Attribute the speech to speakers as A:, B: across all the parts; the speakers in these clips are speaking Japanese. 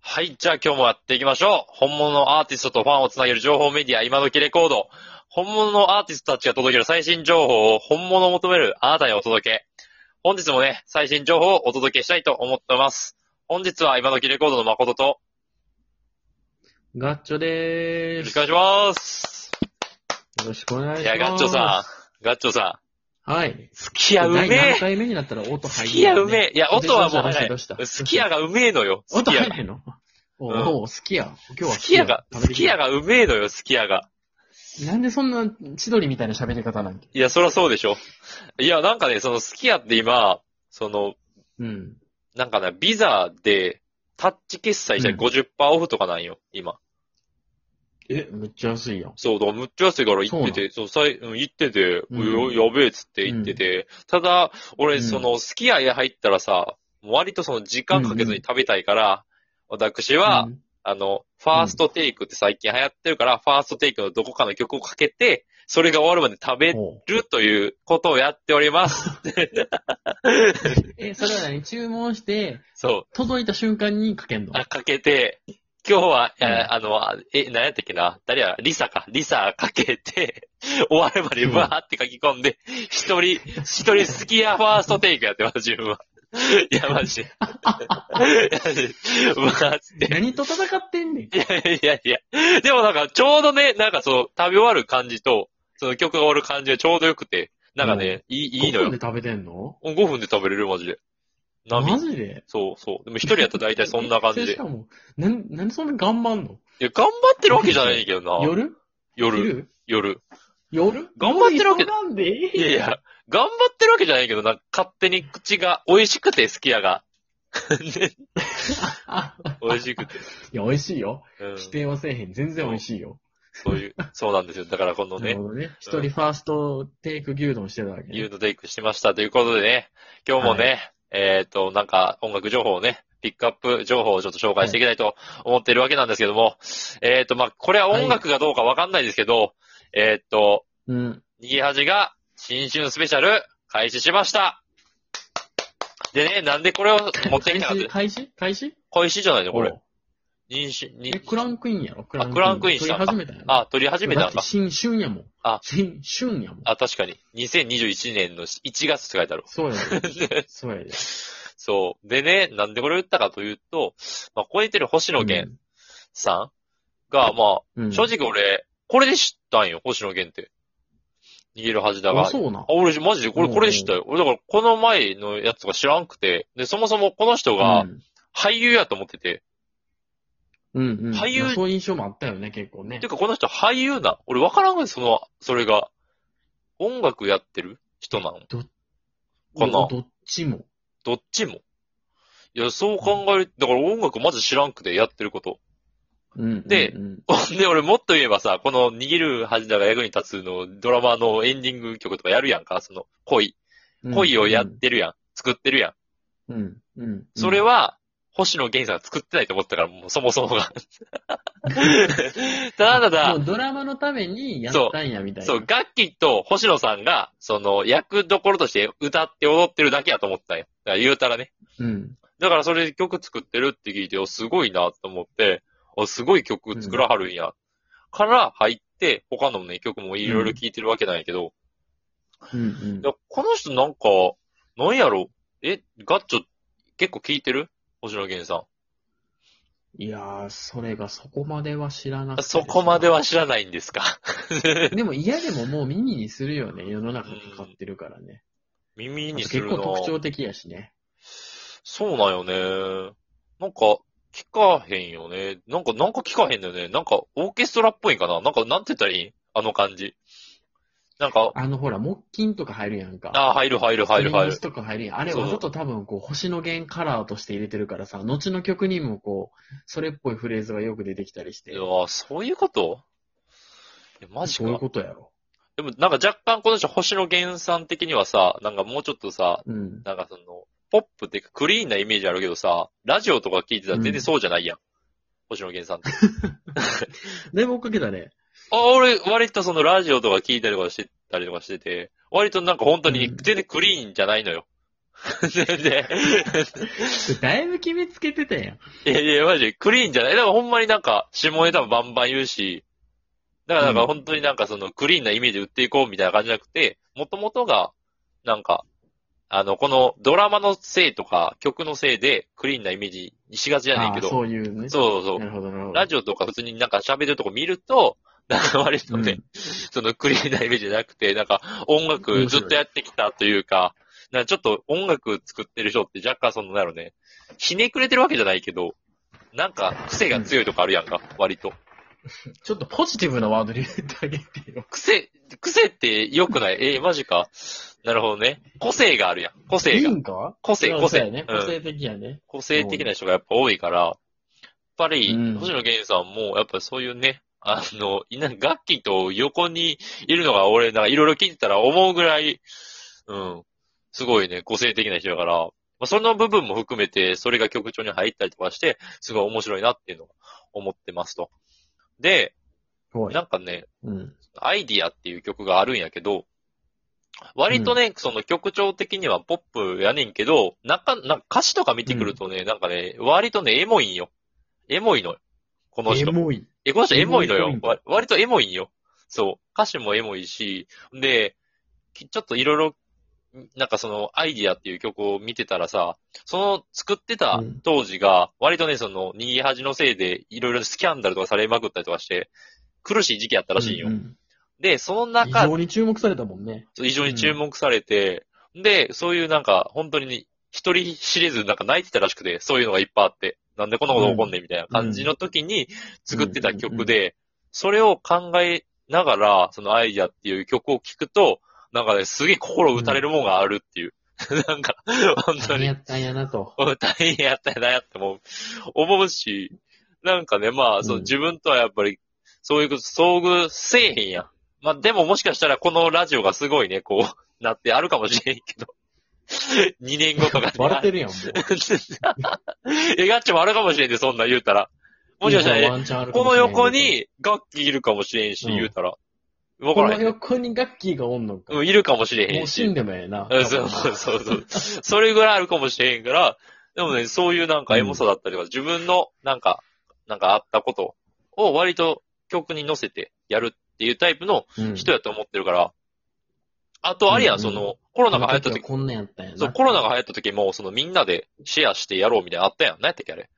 A: はい。じゃあ今日もやっていきましょう。本物のアーティストとファンをつなげる情報メディア、今時レコード。本物のアーティストたちが届ける最新情報を本物を求めるあなたにお届け。本日もね、最新情報をお届けしたいと思ってます。本日は今時レコードの誠と、
B: ガッチョで
A: よ
B: ー
A: ろしくお願い
B: す。
A: します。
B: よろしくお願いします。
A: いや、ガッチョさん、ガッチョさ
B: ん。はい
A: ん、。好きやうめ
B: 第何
A: え。
B: 回目になったら音入る、ね。
A: 好きやう
B: え。
A: めえ。いや、音はもう
B: どうした
A: 早い。
B: どうしたどうした
A: 好きやがうめえのよ。好
B: 音
A: きや
B: 入
A: が。
B: るのお
A: うん
B: うおう、好きや。今日は
A: 好きやが、好
B: 食べて
A: きやがうめえのよ、好きやが。
B: なんでそんな千鳥みたいな喋り方なんけ
A: いや、そりゃそうでしょ。いや、なんかね、その好きやって今、その、
B: うん。
A: なんかね、ビザで、タッチ決済したら
B: うん
A: 50%オフとかなんよ、今。
B: え、めっちゃ安いやん。
A: そう、だからむっちゃ安いから行ってて、そう、さいうん行ってて、
B: うん
A: ややべえっつって行ってて、ただ、
B: う
A: 俺、
B: ん
A: その、好きや家入ったらさ、割とその時間かけずに食べたいから、私は、
B: うん
A: あの、ファーストテイクって最近流行ってるから、ファーストテイクのどこかの曲をかけて、それが終わるまで食べ
B: おう
A: るということをやっております。
B: え、それは何注文して、
A: そう。
B: 届いた瞬間にかけんの
A: あ、かけて、今日は、えー
B: うん
A: あの、あえ、何やったっけな誰やリサか。リサかけて、 終わるまで
B: うん
A: わーって書き込んで、一人、一人好きやファーストテイクやってます、自分は。いや、マジで。わーっつって。
B: 何と戦ってんねん。
A: いやいやいや。でもなんか、ちょうどね、なんかその、食べ終わる感じと、その曲が終わる感じがちょうどよくて、なんかね、いい、いいの
B: 5
A: よ
B: 分。で食べてんの
A: 5分で食べれる、マジで。波
B: マ。ジで
A: そうそう。でも一人やったら大体そんな感じ
B: え
A: で
B: し。かも、なん、なんでそんな頑張んの
A: いや、頑張ってるわけじゃないけどな。
B: 夜
A: 夜、
B: 昼
A: 夜。
B: 夜
A: 頑張ってるわけ
B: 夜急がんでええ
A: いやいや、頑張ってるわけじゃないけどな、勝手に口が美味しくて好きやが。 ね
B: あ
A: 美味しくて。
B: いや、美味しいよ。
A: うん。
B: 否定はせえへん。全然美味しいよ。
A: そういう、そうなんですよ。だからこの
B: なる
A: ね、
B: ほどね。一人ファーストテイク牛丼してたわけ、
A: ユー
B: ね。
A: トテイクしてましたということでね、今日もね、
B: は
A: えっ、と、なんか音楽情報をね、ピックアップ情報をちょっと紹介していきたいと思っているわけなんですけども、えっ、と、まあ、これは音楽がどうかわかんないですけど、えっ、と、
B: うん。
A: 逃げ恥が新春スペシャル開始しました。でね、なんでこれを持ってき
B: 開
A: たかって
B: 始開始開始
A: 小石じゃないのこれ
B: お。う
A: 妊娠、に
B: え、クランクインやろク
A: あクランクインした
B: 取り始めたやろ
A: あ、撮り始めた
B: だ
A: の
B: って
A: か。
B: 新春やもん。
A: あ
B: 新春やもん。
A: あ、確かに。2021年の1月って書いてある。
B: そう やで。そうやで。
A: そう。でね、なんでこれを言ったかというと、まあ、ここに出てる星野源さんが、ま
B: うん。う
A: あ、
B: ん
A: 正直俺、これで知ったんよ、星野源って。逃げる恥だ
B: あ、
A: が。
B: そうな
A: あ。俺、マジでこれ、これで知ったよ。俺、だから、この前のやつが知らんくて、で、そもそもこの人が
B: うん
A: 俳優やと思ってて、
B: うんうん。
A: 俳優
B: まあそういう印象もあったよね、結構ね
A: て。か、この人俳優な。俺、わからんがその、それが。音楽やってる人なのこんな
B: どっちも。
A: どっちも。いや、そう考える、だから音楽まず知らんくてやってること。
B: うん。
A: で
B: うんうん、
A: で、俺もっと言えばさ、この逃げる恥だが役に立つのドラマのエンディング曲とかやるやんか、その恋。
B: うん
A: 恋をやっ、てるやん。作ってるやん。
B: うん。うん。うん
A: それ、は、星野源さんが作ってないと思ったから、もうそもそも が。 ただた
B: も
A: だ、
B: うドラマのためにやったんや、みたいな。
A: そう、ガッキーと星野さんが、その役どころとして歌って踊ってるだけやと思ったんや。だから言うたらね。
B: うん。
A: だからそれで曲作ってるって聞いて、おすごいなと思って、おすごい曲作らはるんや。から入って、他のね、曲もいろいろ聴いてるわけなんやけど、
B: うんうん
A: いやこの人なんか、なんやろえ、ガッチョ、結構聴いてる星野源さ
B: いやー、それがそこまでは知らなく
A: ん。
B: て。
A: そこまで。は知らないんですか
B: でも嫌でももう耳にするよね。世の中かかってるからね。
A: 耳にす
B: 結
A: るな
B: 構特徴的やしね。
A: そうなんよね。なんか、聞かへんよね。なんか、なんか聞かへんだよね。なんか、オーケストラっぽいんかななんか、なんて言ったらいいあの感じ。なんか、
B: あのほら、木琴とか入るやんか。
A: あー、入る入る入る入
B: ストリング
A: る。
B: スとか入るやん。あれ
A: そう
B: わざと多分こう、星野源カラーとして入れてるからさ、後の曲にもこう、それっぽいフレーズがよく出てきたりし
A: い
B: て
A: や。ー、そういうこといやマジか
B: そうい。うことやろ。
A: でも、なんか若干この人、星野源さん的にはさ、なんかもうちょっとさ、
B: うん。
A: なんかその、ポップっていうかクリーンなイメージあるけどさ、ラジオとか聞いてたら全然そうじゃないやん。星野源さんって。
B: だいぶ追っかけたね。
A: あ、俺、割とそのラジオとか聞いたりとかしてたりとかしてて、割となんか本当に
B: うん
A: 全然クリーンじゃないのよ。 で、
B: だいぶ決めつけてたやん。
A: いやいや、マジでクリーンじゃない。だからほんまになんか、下ネタもバンバン言うし、だからなん
B: う
A: か
B: ん
A: 本当になんかそのクリーンな意味で売っていこうみたいな感じじゃなくて、もともとが、なんか、あの、このドラマのせいとか曲のせいでクリーンなイメージにしがちじゃねん
B: あ
A: け
B: あ
A: ど、
B: そういうね。
A: そうそう
B: なるほど、なるほど。
A: ラジオとか普通になんか喋ってるとこ見ると、 なんか割とね、
B: うん
A: そのクリーンなイメージじゃなくて、なんか音楽ずっとやってきたというか、なんかちょっと音楽作ってる人って若干その、なるね、ひねくれてるわけじゃないけど、なんか癖が強いとかあるやんか、割と。
B: ちょっとポジティブなワードに入れてあげてよ。
A: 癖、癖って良くないえーマジか。なるほどね。個性があるやん。個性
B: いい
A: が。
B: んか
A: 個性、個
B: そう
A: 性。
B: やね。
A: うん
B: 個性的やね。
A: 個性的な人がやっぱ多いから、やっぱり、
B: うん
A: 星野源さんも、やっぱりそういうね、あの、いな、楽器と横にいるのが俺、なんかいろいろ聞いてたら思うぐらい、うん、すごいね、個性的な人だから、まあ、その部分も含めて、それが曲調に入ったりとかして、すごい面白いなっていうのを思ってますと。で、
B: 怖
A: なんかね、
B: うん。
A: アイディアっていう曲があるんやけど、割とね、その曲調的にはポップやねんけど、なんか、なんか歌詞とか見てくるとね、なんかね、割とね、エモいんよ。エモいの。この
B: エ
A: 人。
B: モい。
A: え、この人エモいの
B: エモいポイ
A: よ
B: ン。ト
A: わ割とエモいんよ。そう。歌詞もエモいし、で、きちょっといろいろ、なんかその、アイディアっていう曲を見てたらさ、その作ってた
B: うん
A: 当時が、割とね、その、逃げ恥のせいで、いろいろスキャンダルとかされまくったりとかして、苦しい時期あったらしいんよ。
B: うんうん
A: で、その
B: 非
A: 中
B: 常に注目されたもんね。
A: そう異常に注目されて、で、そういうなんか、本当に、一人知れずなんか泣いてたらしくて、そういうのがいっぱいあって、なんでこんなこと起こんねんみたいな感じの時に作ってた曲で、それを考えながら、そのアイディアっていう曲を聴くと、なんかね、すげえ心打たれるもんがあるっていう。 なんか、本当
B: 何
A: に
B: や、ったんやなと。
A: 大変やったんやなやっても思うし、なんかね、まあ、そうの
B: ん
A: 自分とはやっぱり、そういうこと遭遇せえへんやん。まあ、でももしかしたらこのラジオがすごいね、こう、なってあるかもしれんけど。2年後とかに。
B: 笑ってるやん、もう。
A: え、ガッチもあるかもしれんで、そんなん言うたら。もしかしたら、ね、
B: ら
A: この横、に楽器いるかもしれんし、
B: うん
A: 言うたら。わ
B: こ
A: から
B: の
A: へん。
B: 横にガッキーがおんのか。
A: うんいるかもしれへ
B: も
A: ん
B: う
A: し。
B: 死んでもええな。
A: うんそうそうそうそう。それぐらいあるかもしれへんから、でもね、そういうなんかエモさだったりとか、自分のなんか、なんかあったことを割と曲に乗せてやるっていうタイプの
B: うん
A: 人やと思ってるから、あとあれやん、
B: うん
A: その、コロナが流行った
B: この
A: 時
B: 時は、こんなんやったんやな。
A: そう、コロナが流行った時も、そのみんなでシェアしてやろうみたいなのあったやん。何やったっけあれ。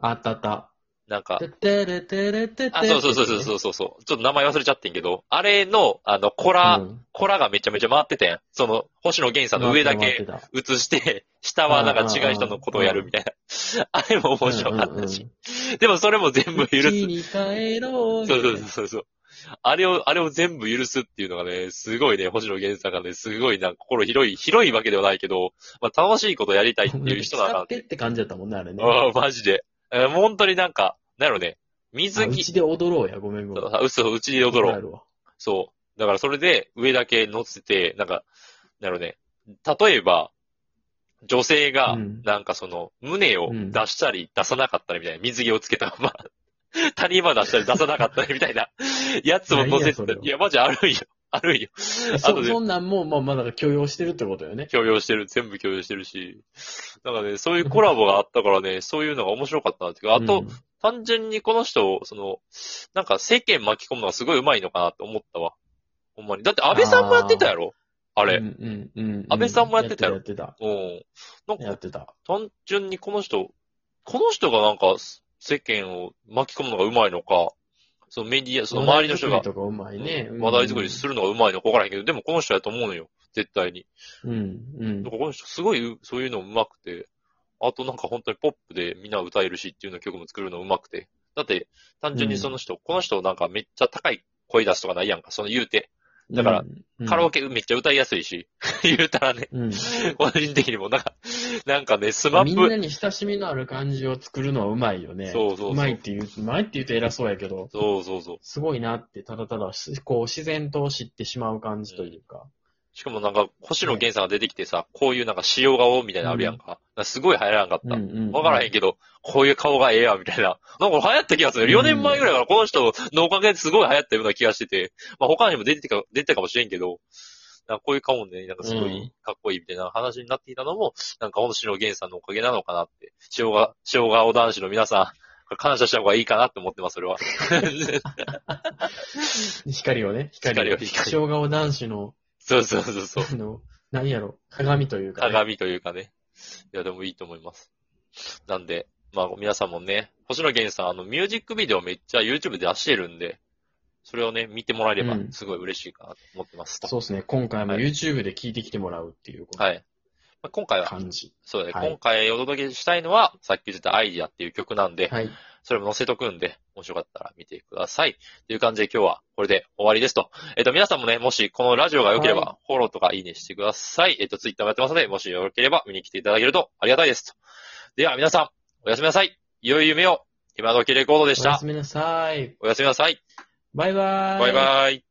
B: あったあった。
A: なんか、
B: てってれてれてて
A: あ、そうそうそうそうそうそうそう。ちょっと名前忘れちゃってんけど、あれの、あの、コラ、
B: うん
A: コラがめちゃめちゃ回ってたやん。その、星野源さんの上だけ、映して、下はなんか違う人のことをやるみたいな。 あれも面白かったし。。でもそれも全部許
B: 回ってたうんう
A: す。
B: んうん家に帰ろう。
A: そうそうそうそう。あれを、あれを全部許すっていうのがね、すごいね、星野源さんがね、すごいなんか心広い、広いわけではないけど、まあ楽しいことやりたいっていう人だ
B: 使
A: な
B: っ。てって感じだったもんね、あれね。
A: ああ、マジで。えー本当になんか、なるね、
B: あ
A: 水
B: う
A: 着
B: ち、で踊ろうや、ごめんごめん。
A: あ嘘、うちで踊ろう
B: 怒ら。れるわ
A: そう。だからそれで上だけ乗せて、なんか、なるね。例えば、女性が
B: うん、
A: なんかその、胸を
B: うん
A: 出したり出さなかったりみたいな、水着をつけたまま、 谷間出したり出さなかったりみたいな、やつを乗せて
B: 何やそれ
A: た
B: は
A: いや、マジあるんよ。あるんよ。あと
B: そ、
A: で
B: そんなんも、まあ、まあだから許容してるってことよね。
A: 共用してる、全部共用してるし。なんかね、そういうコラボがあったからね、そういうのが面白かったなっていうか、あと、
B: うん、
A: 単純にこの人を、その、なんか世間巻き込むのがすごい上手いのかなって思ったわ。ほんまに。だって安倍さんもやってたやろあ
B: あ
A: れ
B: う。んうんうん。
A: 安倍さんもやってたよ
B: やってた。
A: うん。な
B: や
A: ん
B: っ
A: か、
B: てた。
A: 単純にこの人、この人がなんか、世間を巻き込むのが上手いのか、そのメディア、その周りの人が
B: 話題作りとかうまいね。
A: うん話題作りするのが上手いのか分からへんけど、でもこの人やと思うのよ。絶対に。
B: うんうん
A: なん。かこの人、すごい、そういうの上手くて、あとなんか本当にポップでみんな歌えるしっていうの曲も作るの上手くて。だって、単純にその人、この人なんかめっちゃ高い声出すとかないやんか、その言うて。だから
B: ら
A: カラオ
B: ケ。
A: ケめっちゃ歌いやすいし、 言うたらね、
B: うん。
A: 個人的にもなんか、なんかね、スマ
B: み
A: ッ
B: んな
A: プ、
B: に親しみのある感じを作るのはうまいよね。
A: そうそうそう
B: まいって言う、うまいって言うと偉そうやけど、
A: そうそうそう。
B: すごいなって、ただただし、こう、自然と知ってしまう感じというか。
A: しかもなんか、星野源さんが出てきてさ、こういうなんか仕様が多みたいなのあるやんか。なんかすごい流行らんかっ
B: う
A: た。
B: んうん。
A: わからへんけど、こういう顔がええや、みたいな。 なんか流行った気がする。4年前ぐらいからこの人のおかげですごい流行ったような気がしてて、まあ他にも出てたか、出てたかもしれんけど、なんかこういう顔もね、なんかすごいかっこいいみたいな話になっていたのも、なんか本当白源さんのおかげなのかなって、塩が、塩顔男子の皆さん、感謝した方がいいかなって思ってます、そ れは。
B: 光をね、光を。
A: 光を光を
B: 塩顔男子の、
A: そうそうそうそう。
B: あの、何やろ、鏡というか、ね。
A: 鏡というかね。いや、でもいいと思います。なんで、まあ皆さんもね、星野源さん、あの、ミュージックビデオめっちゃ YouTube で出してるんで、それをね、見てもらえれば
B: うん
A: すごい嬉しいかなと思ってます。
B: そうですね、今回も
A: はい
B: YouTube で聞いてきてもらうっていう
A: はい。まあ、今回は、
B: 感じ。
A: そうだね、
B: はい
A: 今回お届けしたいのは、さっき言ってたアイディアっていう曲なんで、
B: はい。
A: それも載せとくんで、もしよかったら見てください。という感じで今日はこれで終わりですと。えっと、皆さんもね、もしこのラジオが良けれ
B: は
A: ば、フォローとかいいねしてください。えっと、ツイッターもやってますので、もしよければ見に来ていただけるとありがたいですと。では皆さん、おやすみなさい。良い夢を。今時レコードでし
B: おや
A: た
B: す。みなさい。
A: おやすみなさい。
B: バイバイ。
A: バイバイ。